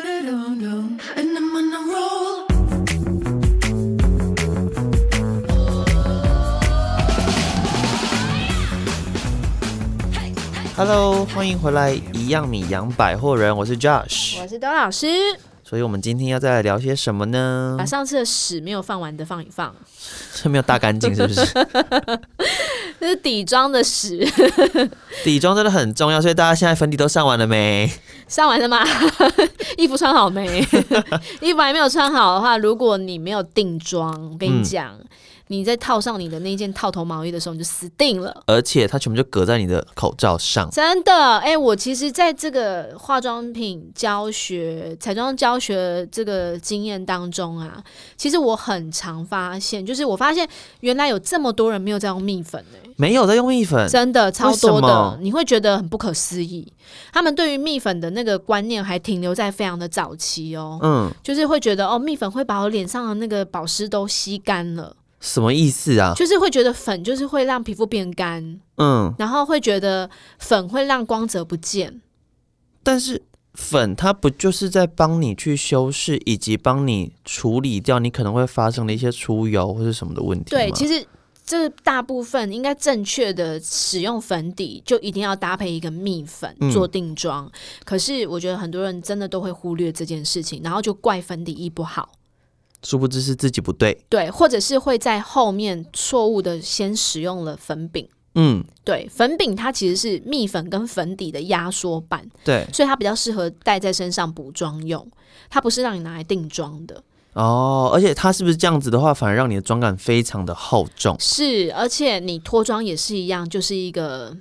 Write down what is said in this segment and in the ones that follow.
And I'm on a roll. Hello，欢迎回来，一样米阳百货人，我是 Josh。我是周老师，所以，我们今天要再来聊些什么呢把？上次的屎没有放完的放一放，是没有大干净，是不是？ 这是底妆的屎， 底妆真的很重要，所以大家现在粉底都上完了没？上完了吗？ 衣服穿好没？ 衣服还没有穿好的话，如果你没有定妆，我跟你讲，你在套上你的那件套头毛衣的时候，你就死定了。而且它全部就隔在你的口罩上。真的，哎、我其实在这个化妆品教学、彩妆教学这个经验当中啊，其实我很常发现，就是我发现原来有这么多人没有在用蜜粉呢、没有在用蜜粉，真的超为什多么的，你会觉得很不可思议。他们对于蜜粉的那个观念还停留在非常的早期哦，嗯，就是会觉得哦，蜜粉会把我脸上的那个保湿都吸干了，什么意思啊？就是会觉得粉就是会让皮肤变干，嗯，然后会觉得粉会让光泽不见。但是粉它不就是在帮你去修饰，以及帮你处理掉你可能会发生的一些出油或是什么的问题吗？对，其实。这大部分应该正确的使用粉底，就一定要搭配一个蜜粉嗯做定妆。可是我觉得很多人真的都会忽略这件事情，然后就怪粉底液不好。殊不知是自己不对。对，或者是会在后面错误的先使用了粉饼。嗯，对，粉饼它其实是蜜粉跟粉底的压缩版，对。所以它比较适合带在身上补妆用，它不是让你拿来定妆的。哦，而且它是不是这样子的话，反而让你的妆感非常的厚重？是，而且你脱妆也是一样，就是一个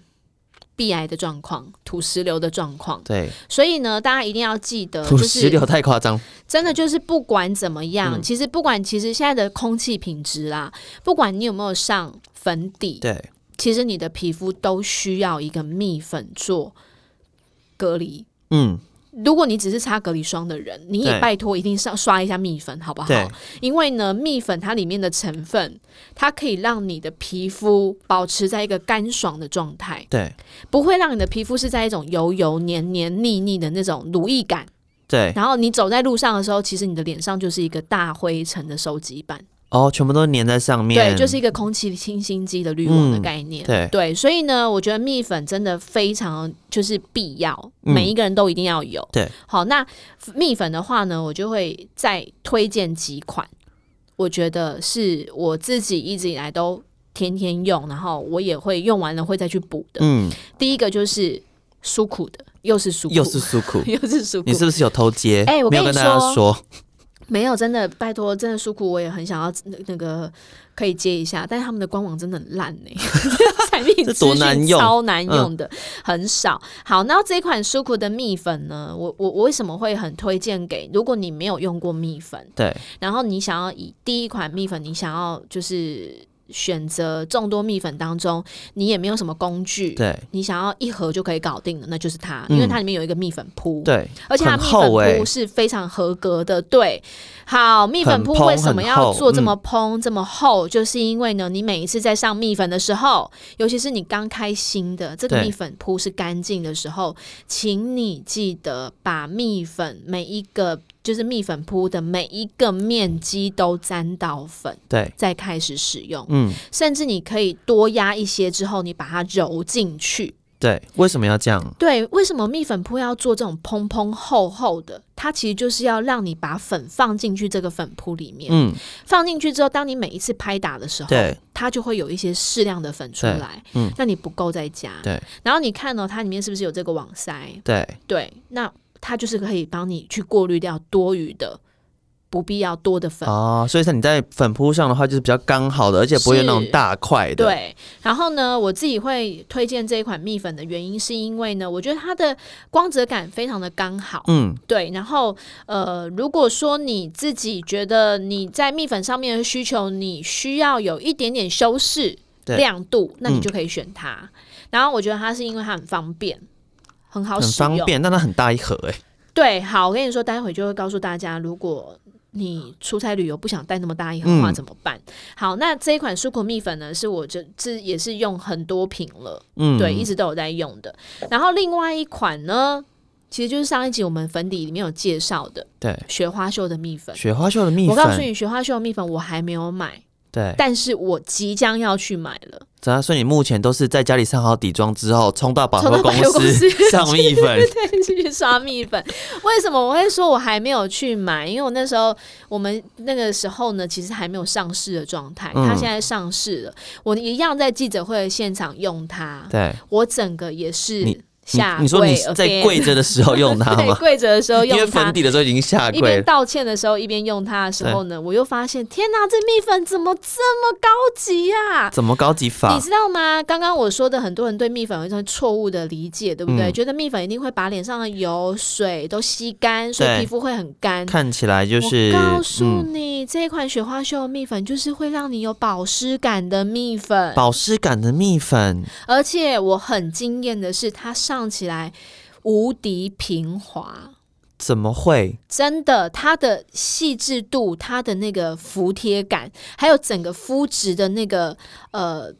鼻癌的状况、土石流的状况。对，所以呢，大家一定要记得，土呃就石是流太夸张。真的就是不管怎么样，嗯其实不管其实现在的空气品质啦，不管你有没有上粉底，对，其实你的皮肤都需要一个蜜粉做隔离。嗯，如果你只是擦隔离霜的人，你也对拜托一定上刷一下蜜粉，好不好？对，因为呢，蜜粉它里面的成分，它可以让你的皮肤保持在一个干爽的状态，对，不会让你的皮肤是在一种油油、黏黏、腻腻的那种乳液感。对，然后你走在路上的时候，其实你的脸上就是一个大灰尘的收集板。哦，全部都粘在上面。对，就是一个空气清新机的滤网的嗯概念。对所以呢，我觉得蜜粉真的非常就是必要，嗯每一个人都一定要有。对，好，那蜜粉的话呢，我就会再推荐几款，我觉得是我自己一直以来都天天用，然后我也会用完了会再去补的。嗯，第一个就是舒苦的，又是舒苦，，又是苏苦 又是舒苦你，是不是有偷接？哎我没有跟跟你大家说，没有，真的，拜托，真的舒苦，我也很想要那那个可以接一下，但是他们的官网真的很烂 呢、产品这资多难讯用超难用的，很少。好，那这一款舒苦的蜜粉呢，我我我为什么会很推荐给？如果你没有用过蜜粉，对，然后你想要以第一款蜜粉，你想要就是选择众多蜜粉当中，你也没有什么工具，对，你想要一盒就可以搞定的，那就是它，嗯因为它里面有一个蜜粉铺，对，而且它很蜜粉厚哎扑，是非常合格的。对，好，蜜粉扑很蓬为什么很要厚做这么蓬、这么厚？就是因为呢，你每一次在上蜜粉的时候，尤其是你刚开新的这个对蜜粉扑是干净的时候，请你记得把蜜粉每一个就是蜜粉扑的每一个面积都沾到粉，对，再开始使用。嗯，甚至你可以多压一些之后，你把它揉进去。对，为什么要这样？对，为什么蜜粉扑要做这种蓬蓬厚厚的？它其实就是要让你把粉放进去这个粉扑里面，嗯，放进去之后，当你每一次拍打的时候对，它就会有一些适量的粉出对来。嗯那你不够再加。对，然后你看哦，它里面是不是有这个网塞？对，对，那它就是可以帮你去过滤掉多余的、不必要多的粉。哦，所以说你在粉扑上的话，就是比较刚好的，而且不会有那种是大块的。，对，然后呢，我自己会推荐这一款蜜粉的原因，是因为呢，我觉得它的光泽感非常的刚好。嗯，对，然后呃，如果说你自己觉得你在蜜粉上面的需求，你需要有一点点修饰对亮度，那你嗯就可以选它。然后我觉得它是因为它很方便，很好很使用。方便，但它很大一盒，哎，对，好，我跟你说，待会就会告诉大家，如果你出差旅游不想带那么大一盒的话嗯怎么办？好，那这一款舒口蜜粉呢，是我这这也是用很多瓶了，嗯，对，一直都有在用的。然后另外一款呢，其实就是上一集我们粉底里面有介绍的对，雪花秀的蜜粉。雪花秀的蜜我粉，告诉你，雪花秀的蜜粉我还没有买，对，但是我即将要去买了。 张家，所以你目前都是在家里上好底妆之后，冲到百冲到货公百货公司司 上蜜 粉，对，去刷蜜粉。为什么我会说我还没有去买？因为我那时候我们那个时候呢，其实还没有上市的状态，嗯它现在上市了，我一样在记者会的现场用它，对，我我整个也是你下跪你说你是 again 在跪着的时候用 它对吗？跪着的时候因为用它粉。底的时候已经下一跪边了，道歉的时候，一边用它的时候呢，我又发现，天哪，这蜜粉怎么这么高级啊呀、怎么高级法你？知道吗？刚刚我说的，很多人对蜜粉有一种错误的理解，对不对？嗯觉得蜜粉一定会把脸上的油水都吸干，所以对皮肤会很干。看起来就是，我告诉嗯，你，这一款雪花秀的蜜粉就是会让你有保湿感的蜜粉，保湿感的蜜粉，而且我很惊艳的是，它上起来无敌平滑。怎么会？真的，它的细致度、它的那个服帖感，还有整个肤质的那个呃，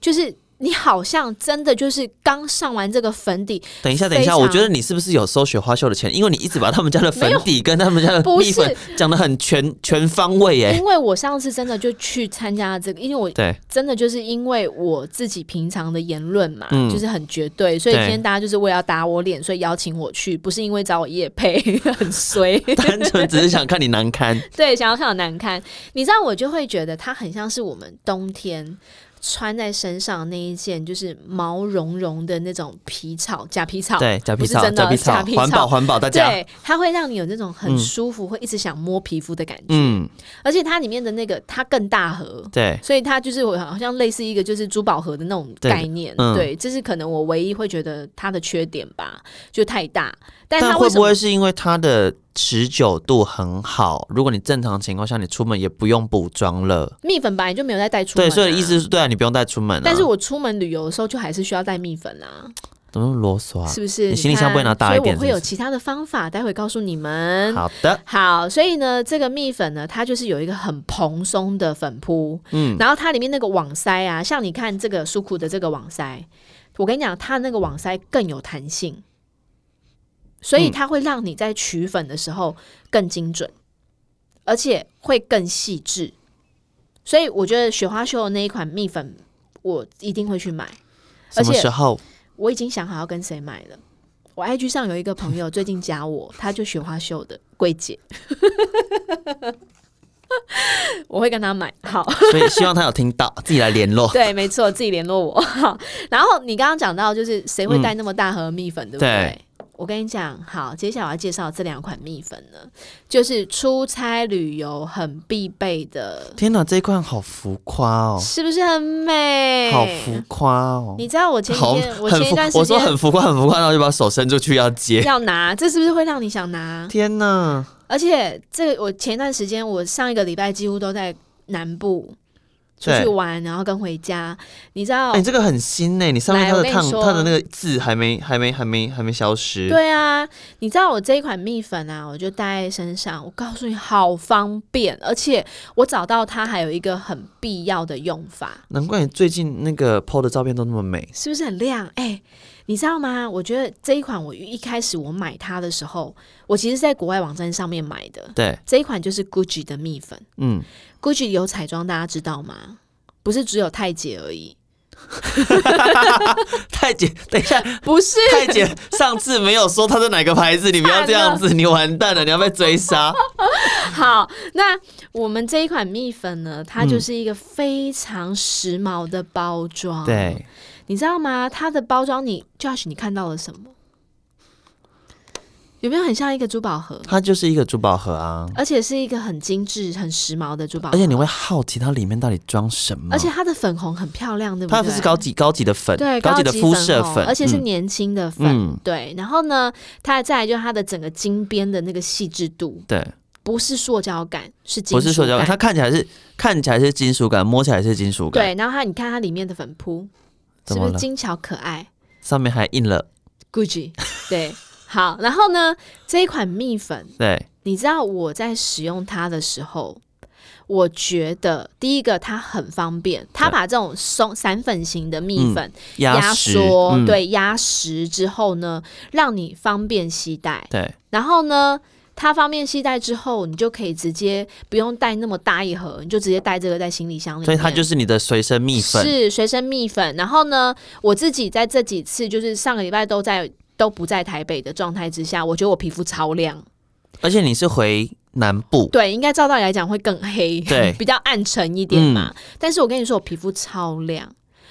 就是你好像真的就是刚上完这个粉底，等一下，等一非下，常我觉得你是不是有收雪花秀的钱？因为你一直把他们家的粉底跟他们家的不蜜是粉讲的很全全方位耶。因为我上次真的就去参加了这个，因为我对，真的就是因为我自己平常的言论嘛，嗯就是很绝对，所以对今天大家就是为了要打我脸，所以邀请我去，不是因为找我夜配， 很衰。单纯只是想看你难堪。对，想要看我难堪，你知道我就会觉得它很像是我们冬天穿在身上那一件，就是毛茸茸的那种皮草假皮草。对，假皮不是草，真的假皮假草，皮环草保，环保，大对，家。它会让你有那种很嗯舒服，会一直想摸皮肤的感觉。嗯，而且它里面的那个它更大盒。对，所以它就是我好像类似一个就是珠宝盒的那种对概念，嗯对，这是可能我唯一会觉得它的缺点吧，就太大。但它但为会什不么会是因为它的持久度很好？如果你正常情况下，你出门也不用补妆了。蜜粉本来就没有再带出门、对，啊？所以意思是对啊，你不用带出门、啊。但是我出门旅游的时候，就还是需要带蜜粉啊，怎么那么啰嗦啊？是不是？你行李箱看不会拿大一点所以我会有是不其他的方法，待会告诉你们。好的，好所以呢，这个蜜粉呢，它就是有一个很蓬松的粉扑，嗯，然后它里面那个网塞啊，像你看这个苏库的这个网塞，我跟你讲，它那个网塞更有弹性，所嗯以它会让你在取粉的时候更精准，而且会更细致。所以我觉得雪花秀的那一款蜜粉，我一定会去买。而什么且时候？我已经想好要跟谁买了。我 IG 上有一个 朋友最近加我，她就雪花秀的柜姐， 我会跟她买。 好，所以希望他有听到，自己来联络。对，没错，自己联络我。好，然后你刚刚讲到就是谁会带那么大盒蜜粉，对不嗯对对？我跟你讲，好，接下来我要介绍这两款蜜粉呢，就是出差旅游很必备的，天哪，这一款好浮夸哦，是不是很美？好浮夸哦。你知道我前几好，天，我前一段很浮，时我说间很浮夸，很浮夸，然后就把手伸出去要接。要拿，这是不是啊会让你想拿？天哪，而且这个我前段时间，我上一个礼拜几乎都在南部出对去玩，然后跟回家。你知道？哎、这个很新呢、你上面哦来它的我跟烫，你说啊它的那个字还没、还没、还没、还没消失。，对啊，你知道我这一款蜜粉啊，我就带在身上。我告诉你，好方便，而且我找到它还有一个很必要的用法，难怪你最近那个 PO 的照片都那么美。是不是很亮？哎、你知道吗？我觉得这一款我一开始我买它的时候，我其实在国外网站上面买的。对，这一款就是 Gucci 的蜜粉 嗯， ，Gucci 有彩妆，大家知道吗？不是只有泰姐而已，太姐，等一下， 不是 太姐上次没有说她是哪个牌子，你不要这样子，你完蛋了，你要被追 杀。好，那我们这一款蜜粉呢，它就嗯是一个非常时髦的包装。对，你知道吗？它的包装你，Josh，你看到了什么？有没有很像一个珠宝盒？它就是一个珠宝盒啊，而且是一个很精致、很时髦的珠宝盒，而且你会好奇它里面到底装什么，哦而且它的粉红很漂亮，对不它对？就是高级高级的粉，对高级的肤色红粉，哦而且是嗯年轻的粉。嗯对，然后呢，它再来就是它的整个金边的那个细致度，对，不是塑胶感，是金不是属塑胶感，感它看起来是看起来是金属感，摸起来是金属感，对，然后它你看它里面的粉扑，是怎不么是了精巧可爱上面还印了， ？Gucci，对，好，然后呢，这一款蜜粉，对，你知道我在使用它的时候，我觉得第一个它很方便，它对把这种松散粉型的蜜嗯粉压实缩，嗯对，压实之后呢，让你方便携带。对，然后呢，它方便携带之后，你就可以直接不用带那么大一盒，你就直接带这个在行李箱里面。所以它就是你的随身蜜粉，是随身蜜粉。然后呢，我自己在这几次就是上个礼拜都在都不在台北的状态之下，我觉得我皮肤超亮。而且你是回南部，对，应该照道理来讲会更黑，对 嗯比较暗沉一点嘛。但是我跟你说，我皮肤超亮。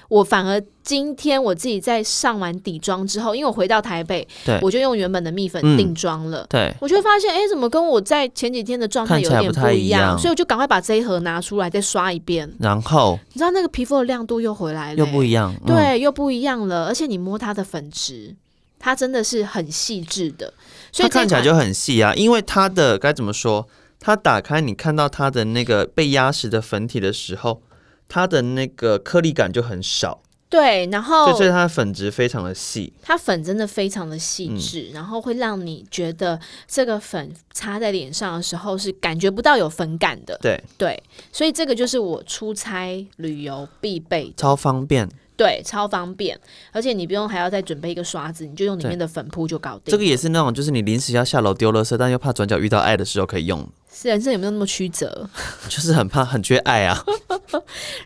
我反而今天我自己在上完底妆之后，因为我回到台北对，我就用原本的蜜粉嗯定妆了。对，我就发现，哎、怎么跟我在前几天的状态看有起来点不太一一样？样所以我就赶快把这一盒拿出来再刷一遍。然后你知道那个皮肤的亮度又回来了、又不一样，嗯，对，又不一样了。而且你摸它的粉质，它真的是很细致的，所以它看起这来款就很细啊，因为它的该怎么说？它打开你看到它的那个被压实的粉体的时候，它的那个颗粒感就很少，对。然后所以所以它的粉质非常的细。它粉真的非常的细嗯致，然后会让你觉得这个粉擦在脸上的时候是感觉不到有粉感的。对，对，所以这个就是我出差旅游必备，超方便。对，超方便，而且你不用还要再准备一个刷子，你就用里面的粉扑就搞定。这个也是那种，就是你临时要下楼丢垃圾，但又怕转角遇到爱的时候可以用，是人生有没有那么曲折？就是很怕很缺爱 啊。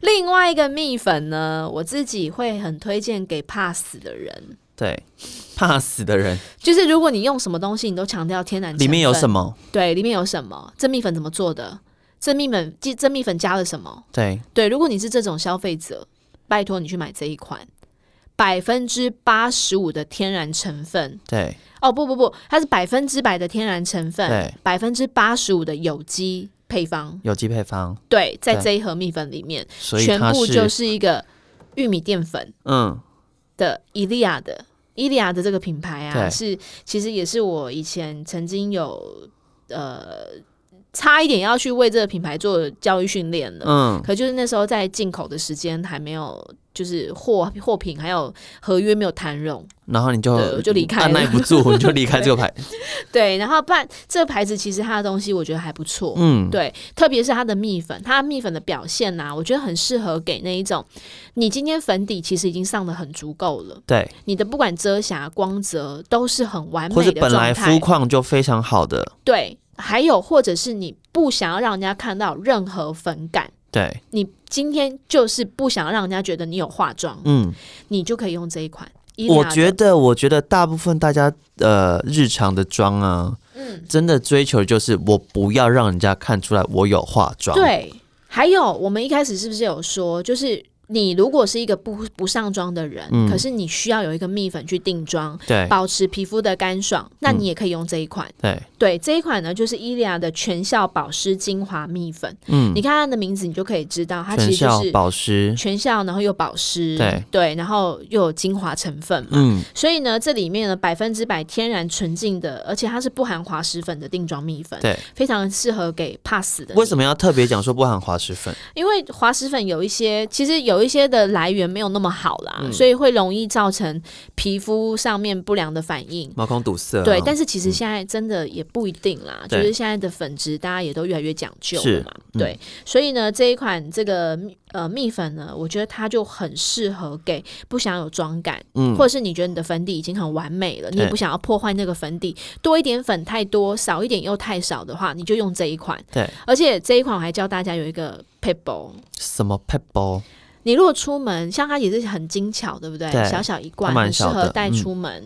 另外一个蜜粉呢，我自己会很推荐给怕死的人。对，怕死的人就是如果你用什么东西，你都强调天然成分，里面有什么？对，里面有什么？这蜜粉怎么做的？这蜜粉，这这蜜粉加了什么？对，对，如果你是这种消费者，拜托你去买这一款，百分之八十五的天然成分。对，哦，不不不，它是百分之百的天然成分对，百分之八十五的有机配方。有机配方，对，在对这一盒蜜粉里面，所以全它部是就是一个玉米淀粉嗯，的伊利亚的。伊利亚的这个品牌啊，对是其实也是我以前曾经有呃差一点要去为这个品牌做教育训练的，嗯，可就是那时候在进口的时间还没有，就是货货品还有合约没有谈拢，然后你对就我就离开了按耐不住，你就离开这个 牌。对，然后不然这个牌子其实它的东西我觉得还不错，嗯，对，特别是它的蜜粉，它蜜粉的表现呐、我觉得很适合给那一种，你今天粉底其实已经上的很足够了，对，你的不管遮瑕、光泽都是很完或美者的本来状肤态，况就非常好的，对，还有或者是你不想要让人家看到任何粉感，对，你今天就是不想让人家觉得你有化妆，嗯，你就可以用这一款。伊利我亚的觉得，我觉得大部分大家呃日常的妆啊，嗯，真的追求就是我不要让人家看出来我有化妆，，对，还有我们一开始是不是有说，就是你如果是一个不不上妆的人，嗯可是你需要有一个蜜粉去定妆，对，嗯保持皮肤的干爽，那你也可以用这一款。对，对，这一款呢就是伊利亚的全效保湿精华蜜粉，嗯你，看它的名字你就可以知道，它全其实就效是保湿，全效，然后又保湿，对然后又有精华成分嘛。嗯，所以呢，这里面呢百分之百天然纯净的，而且它是不含滑石粉的定妆蜜粉，对。非常适合给怕死的。为什么要特别讲说不含滑石粉？因为滑石粉有一些，其实有一些的来源没有那么好啦，嗯所以会容易造成皮肤上面不良的反应。毛孔堵塞啊、对，但是其实现在真的也不一定啦，就对是现在的粉质大家也都越来越讲究是嗯了嘛。对，所以呢，这一款这个蜜呃蜜粉呢，我觉得它就很适合给不想有妆感，嗯或者是你觉得你的粉底已经很完美了，你也对不想要破坏那个粉底，多一点粉太多，少一点又太少的话，你就用这一款。对，而且这一款我还教大家有一个 pebble。什么 pebble 你如果出门，像它也是很精巧，对不对？对小小一罐，它蛮很适小的嗯合带出门。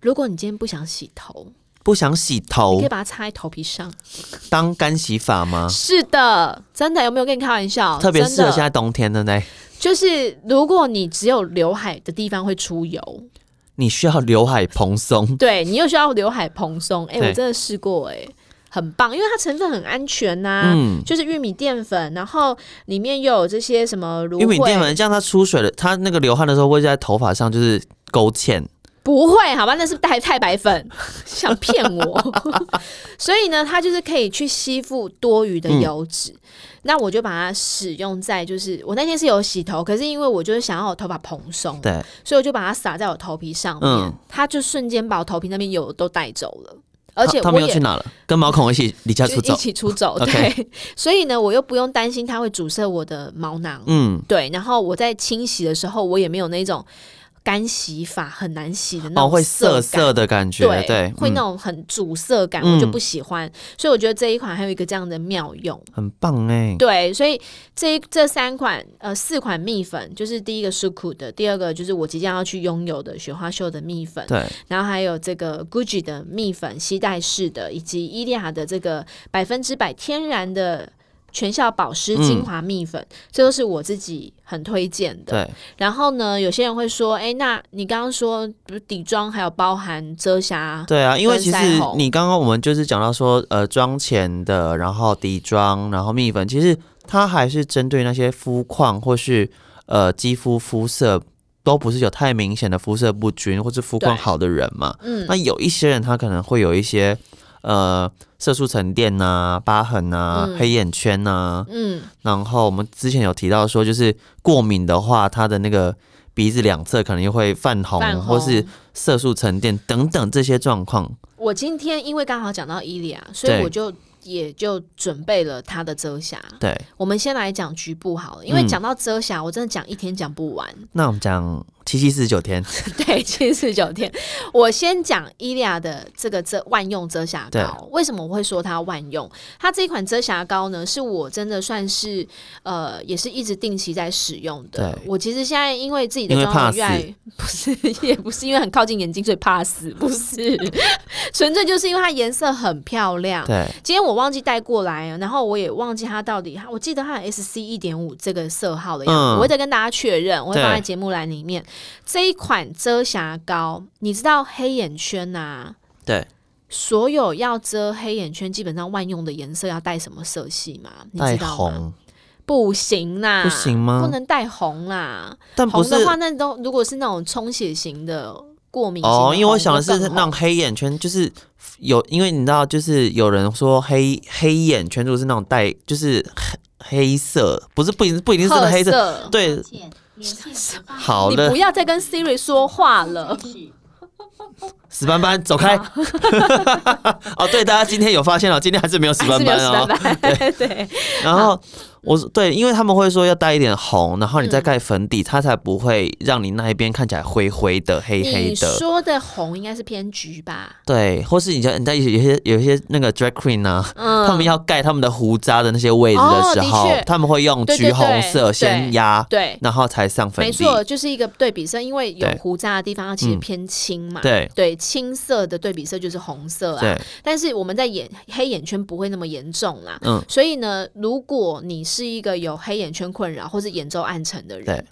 如果你今天不想洗头，不想洗你头可以把它擦在头皮上。啊当干洗法吗？是啊的，真的有没有跟你开玩笑？特别真适合的现在冬天，对不对？就是如果你只有刘海的地方会出油，你需要刘海蓬松，对你又需要刘海蓬松。哎、对我真的试过、哎，很棒，因为它成分很安全呐、嗯，就是玉米淀粉，然后里面又有这些什么芦荟，啊玉米淀粉，这样它出水了，它那个流汗的时候会在头发上就是勾芡，不会，好吧，那是太太白粉， 想骗我。 所以呢，它就是可以去吸附多余的嗯油脂。那我就把它使用在，就是我那天是有洗头，可是因为我就是想要我头发蓬松，对，所以我就把它撒在我头皮上面，嗯它就瞬间把我头皮那边油都带走了。而且他他我们又去也。哪了？跟毛孔一起离家就出是一走。起 出走， OK 对，所以呢，我又不用担心它会阻塞我的毛囊，嗯，对，然后我在清洗的时候，我也没有那种干洗法很难洗的那哦，种会涩涩感涩的感觉，对，对，会嗯那种很阻塞感，嗯我就不喜欢。所以我觉得这一款还有一个这样的妙用。很棒哎、对，所以这一这三款呃四款蜜粉，就是第一个 Suku 的，第二个就是我即将要去拥有的雪花秀的蜜粉，对，然后还有这个 Gucci 的蜜粉吸带式的，以及伊利亚的这个百分之百天然的全效保湿嗯精华蜜粉，这都是我自己很推荐的。对，然后呢，有些人会说，哎，那你刚刚说不是底妆还有包含遮 瑕，对啊，因为跟其实腮红你刚刚我们就是讲到说，呃，妆前的，然后底妆，然后蜜粉，其实它还是针对那些肤况或是呃肌肤肤色都不是有太明显的肤色不均或是肤况对好的人嘛。嗯，那有一些人他可能会有一些呃色素沉淀呐、疤痕呐、嗯黑眼圈呐、嗯，然后我们之前有提到说，就是过敏的话，它的那个鼻子两侧可能又会泛红，泛或是红色素沉淀等等这些状况。我今天因为刚好讲到伊利亚，所以对我就也就准备了它的遮瑕。对，我们先来讲局部好了，因为嗯讲到遮瑕，我真的讲一天讲不完。那我们讲七七四十九天， 对，七十四九天，我先讲伊利亚的这个遮万用遮瑕膏。为什么我会说它万用？它这一款遮瑕膏呢，是我真的算是呃，也是一直定期在使用的对。我其实现在因为自己的因为妆容怕越来越 不是，也不是因为很靠近眼睛所以怕死，不是， 纯粹就是因为它颜色很漂亮。对，今天我忘记带过来啊，然后我也忘记它到底，我记得它有 SC 一点五这个色号的样子，嗯我会再跟大家确认，我会放在对节目栏里面。这一款遮瑕膏，你知道黑眼圈呐、对，所有要遮黑眼圈，基本上万用的颜色要带什么色系吗？你带知道吗？红，不行啦，不行吗不能带红啦，但不红是的话，那都如果是那种充血型的过敏型的哦，因为我想的红是会更那种红黑眼圈，就是有，因为你知道，就是有人说黑黑眼圈如果是那种带，就是黑黑色，不是不一定不一定是真的黑色，褐色对， 好你了不，要再跟 Siri 说话了。死斑斑走 开。 哦，对，大家今天有发现了，今天还是没有死还斑是没有斑十哦班。班，对，然后我对，因为他们会说要带一点红，然后你嗯再盖粉底，它才不会让你那一边看起来灰灰的、黑黑你的。说的红应该是偏橘吧？对，或是你在你在有些有些那个 drag queen 啊，嗯，他们要盖他们的胡渣的那些位置哦的时的候，确他们会用对对橘红对色先对压，对，然后才上粉没底。错，就是一个对比色，因为有对胡渣的地方，它其实嗯偏青嘛。对对，青色的对比色就是红色啊。对，但是我们在眼黑眼圈不会那么严重啦。嗯，所以呢，如果你是一个有黑眼圈困扰或是眼周暗沉的人对，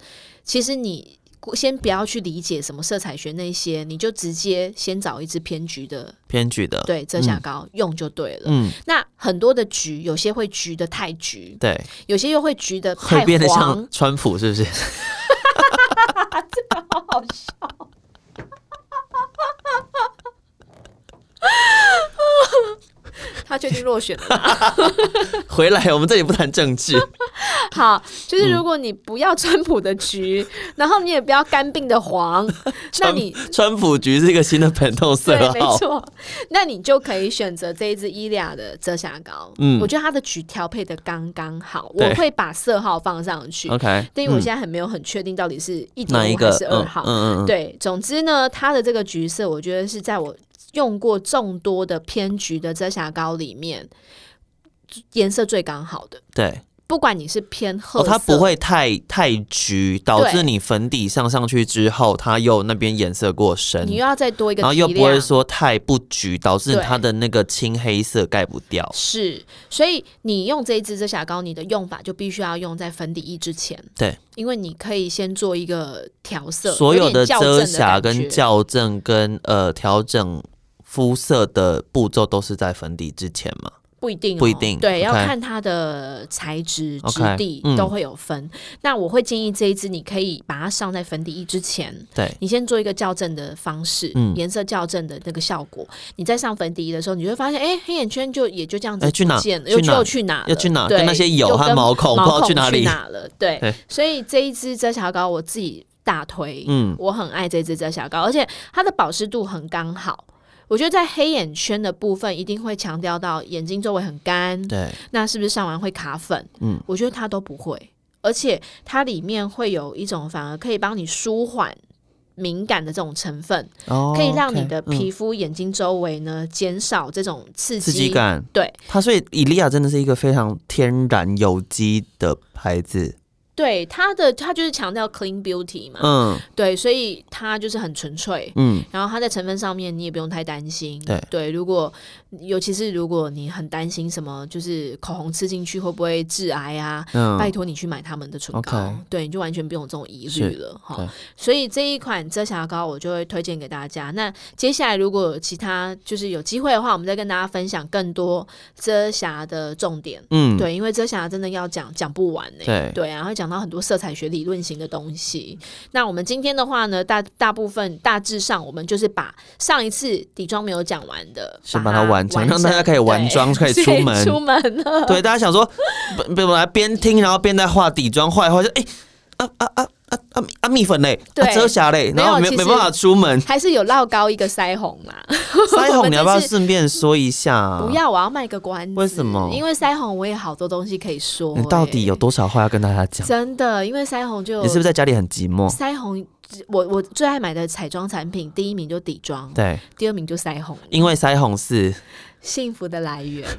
其实你先不要去理解什么色彩学那些，你就直接先找一支偏橘的偏橘的。对遮瑕膏、用就对了。嗯，那很多的橘，有些会橘的太橘，对，有些又会橘的太会变得 黄像。川普是不是？他确定落选了吗。回来，我们这里不谈政治。好，就是如果你不要川普的 橘，然后你也不要肝病的黄， 那川你。川普局是一个新的 本痛色对，没号，错，那你就可以选择这一支伊利亚的遮瑕膏。嗯我觉得它的橘调配的刚刚好，对我会把色号放上去， OK，但因为我嗯现在很没有很确定到底是一哪点一五个还是二号。嗯嗯嗯，对，总之呢，它的这个橘色，我觉得是在我用过众多的偏橘的遮瑕膏里面，嗯颜色最刚好的。对，不管你是偏褐哦，色，它不会太太橘，导对致你粉底上上去之后，它又那边颜色过深你，又要再多一个然后提又亮，不会说太不橘，导致对它的那个青黑色盖不掉。是，所以你用这一支遮瑕膏，你的用法就必须要用在粉底液之前，对，因为你可以先做一个调色，所有有点校正遮的瑕感跟觉校正跟呃调整肤色的步骤都是在粉底之前嘛？不一定、哦，不一定 OK 对要看它的材质、质 OK，地嗯都会有分。那我会建议这一支，你可以把它上在粉底液之前，对，你先做一个校正的方式，嗯颜色校正的那个效果。你在上粉底液的时候，你就会发现，哎、黑眼圈就也就这样子哎去哪不见了，去又哪又去哪了，要去哪对跟那些又油和跟毛孔不知毛道去去哪里？了？对，对所以这一支遮瑕膏我自己大推，嗯我很爱这支遮瑕膏，而且它的保湿度很刚好。我觉得在黑眼圈的部分一定会强调到眼睛周围很干，对，那是不是上完会卡粉？嗯，我觉得它都不会，而且它里面会有一种反而可以帮你舒缓敏感的这种成分，哦，可以让你 OK，的嗯皮肤、眼睛周围呢减少这种刺刺激激。感。对它所以伊利亚真的是一个非常天然有机的牌子，对，它的它就是强调 clean beauty 嘛，嗯对，所以它就是很纯粹。嗯，然后它在成分上面，你也不用太担心。对如果尤其是如果你很担心什么，就是口红吃进去会不会致癌啊？嗯拜托你去买他们的唇膏 OK 对，你就完全不用有这种疑虑是了对哈。所以这一款遮瑕膏我就会推荐给大家。那接下来如果有其他就是有机会的话，我们再跟大家分享更多遮瑕的重点。嗯，对，因为遮瑕真的要讲讲不完呢、对对啊，会讲到很多色彩学理论型的东西。那我们今天的话呢，大大部分大致上，我们就是把上一次底妆没有讲完的，先把把它完成让大家可以完 对妆可以出门出门了。 对，大家想说，本本来边听，然后边在画底妆，画一画就哎、啊啊啊啊啊啊蜜粉嘞，啊对遮瑕嘞，没有然后没其实。没办法出门还是有绕高一个腮红嘛？腮 我们红你要不要这次顺便说一下、啊？不，要，我要卖个关子。为什么因为腮红我也好多东西可以说、你到底有欸多少话要跟大家讲？真的？因为腮红就你是不是在家里很寂寞？腮红，我我最爱买的彩妆产品，第一名就底妆，对，第二名就腮红。因为腮红是幸福的来源。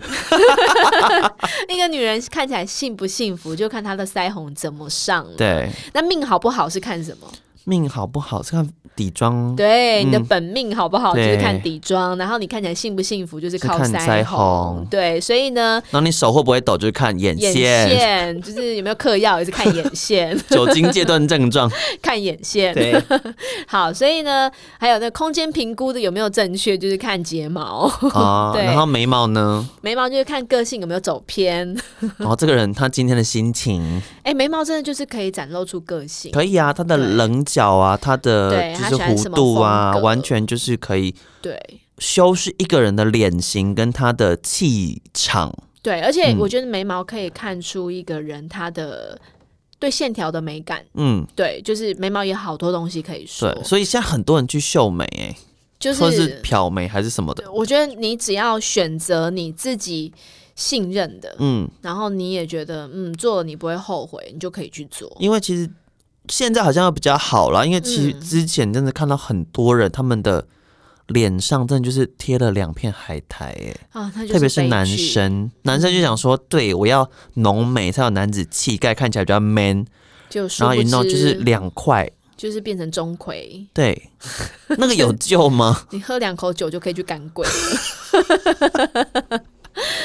一个女人看起来幸不幸福，就看她的腮红怎么上了。对那命好不好是看什么？命好不好是看底妆，对，嗯你的本命好不好就对是看底妆，然后你看起来幸不幸福就是靠是看腮红对，所以呢，然后你手会不会抖就是看眼眼线，线就是有没有嗑药也是看眼线， 酒精戒断症 状。看眼线。对，好，所以呢，还有那空间评估的有没有正确，就是看睫毛， 啊，对然后眉毛呢？眉毛就是看个性有没有走偏。然后这个人他今天的心情哎、眉毛真的就是可以展露出个性。可以啊，他的对棱角啊，他的对就他是喜欢弧什么度啊，风格完全就是可以对，修饰一个人的脸型跟他的气场。对，而且嗯我觉得眉毛可以看出一个人他的对线条的美感。嗯，对，就是眉毛有好多东西可以说对，，所以现在很多人去秀眉、欸，就或者是是漂眉还是什么的。我觉得你只要选择你自己信任的，嗯，然后你也觉得嗯做了你不会后悔，你就可以去做。因为其实现在好像要比较好啦，因为其实嗯之前真的看到很多人他们的脸上真的就是贴了两片海苔、欸，啊，那就特别是是男悲剧，嗯生，男生就想说，对我要浓眉才有男子气概，看起来比较 man。就殊然后不 you 知 know 就是两块，就是变成钟馗， 对，那个有救吗？你喝两口酒就可以去赶鬼，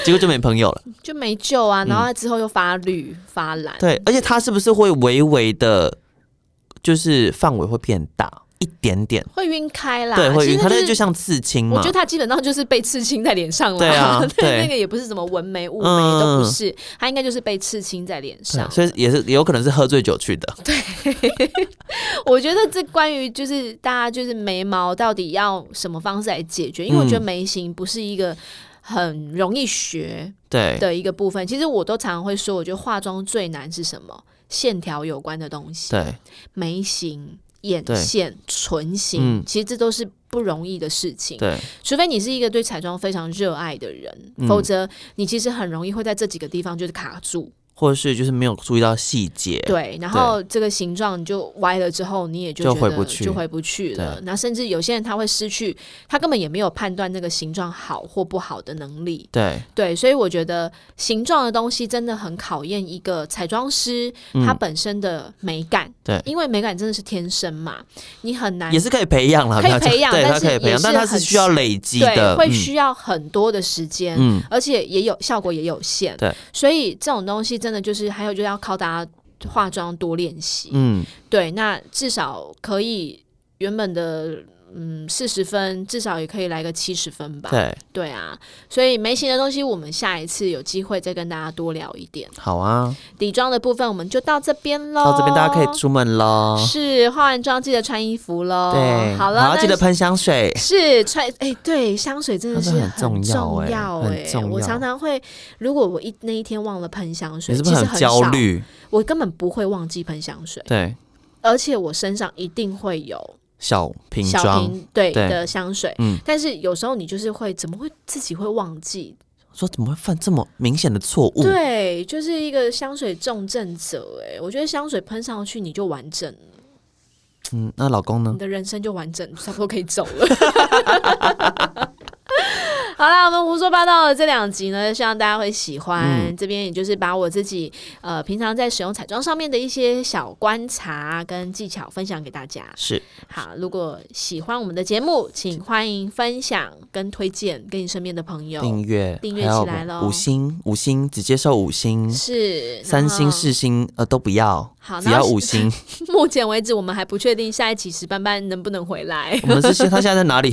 结果就没朋友了。就没救啊。然后他之后又发绿、发蓝，对，而且他是不是会微微的，就是范围会变大一点点？会晕开啦。对，会其实晕，那它那就个是就像刺青我嘛觉得。他基本上就是被刺青在脸上了，对 啊对那个也不是什么纹眉、雾眉、嗯都不是，他应该就是被刺青在脸上对，。所以也是有可能是喝醉酒去的。我觉得这关于就是大家就是眉毛到底要什么方式来解决，因为我觉嗯得眉形不是一个。很容易学对，的一个部分，其实我都常常会说，我觉得化妆最难是什么？线条有关的东西，对，眉形、眼对线、唇形，嗯其实这都是不容易的事情。对，除非你是一个对彩妆非常热爱的人，嗯否则你其实很容易会在这几个地方就是卡住。或者是就是没有注意到细节。对，然后这个形状你就歪了之后，你也就就觉得回不去就回不去了。那甚至有些人他会失去，他根本也没有判断那个形状好或不好的能力。对，对，所以我觉得形状的东西真的很考验一个彩妆师他嗯本身的美感。对因为美感真的是天生嘛，你很难也是可以培养啦，可以不要讲培养对，但它是可以培也养，但是它是很需要累积对，的。会嗯需要很多的时间。嗯，而且也有效果也有限，对，所以这种东西真的就是还有就是要靠大家化妆多练习，嗯，对，那至少可以原本的嗯四十分，至少也可以来个七十分吧，对，对啊，所以眉形的东西我们下一次有机会再跟大家多聊一点，好啊，底妆的部分我们就到这边喽，到这边大家可以出门喽。是化完妆记得穿衣服喽，对，哦好了，然后那记得喷香水。是穿哎、对，香水真的是香水很重要重哎要很哎重我要常常会，如果我一那一天忘了喷香水，你是不其是实很焦少？虑？我根本不会忘记喷香水，对，而且我身上一定会有小瓶小装，瓶对对的香水，嗯但是有时候你就是会怎么会自己会忘记？说怎么会犯这么明显的错误？对，就是一个香水重症者哎、我觉得香水喷上去你就完整了，嗯，那老公呢你？的人生就完整，差不多可以走了。 好啦，我们胡说八道的这两集呢，希望大家会喜欢。嗯这边也就是把我自己呃平常在使用彩妆上面的一些小观察跟技巧分享给大家。是好，如果喜欢我们的节目，请欢迎分享跟推荐给你身边的朋友。订阅，订阅还有起来咯五星，五星只接受五星，是三星、然后四星呃都不要，好只然要后五星。 目前为止，我们还不确定下一期石斑斑能不能回来我。们是现他现在在哪里？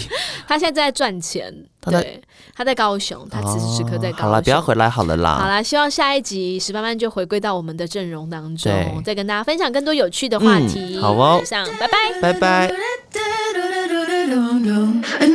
他现在在赚钱，哦他在哦对，他在高雄， 他此时此刻在高雄。好了，不要回来好了好啦。啦，希望下一集石斑斑就回归到我们的阵容当中对，再跟大家分享更多有趣的话嗯题。好哦以上，拜拜。拜拜。 And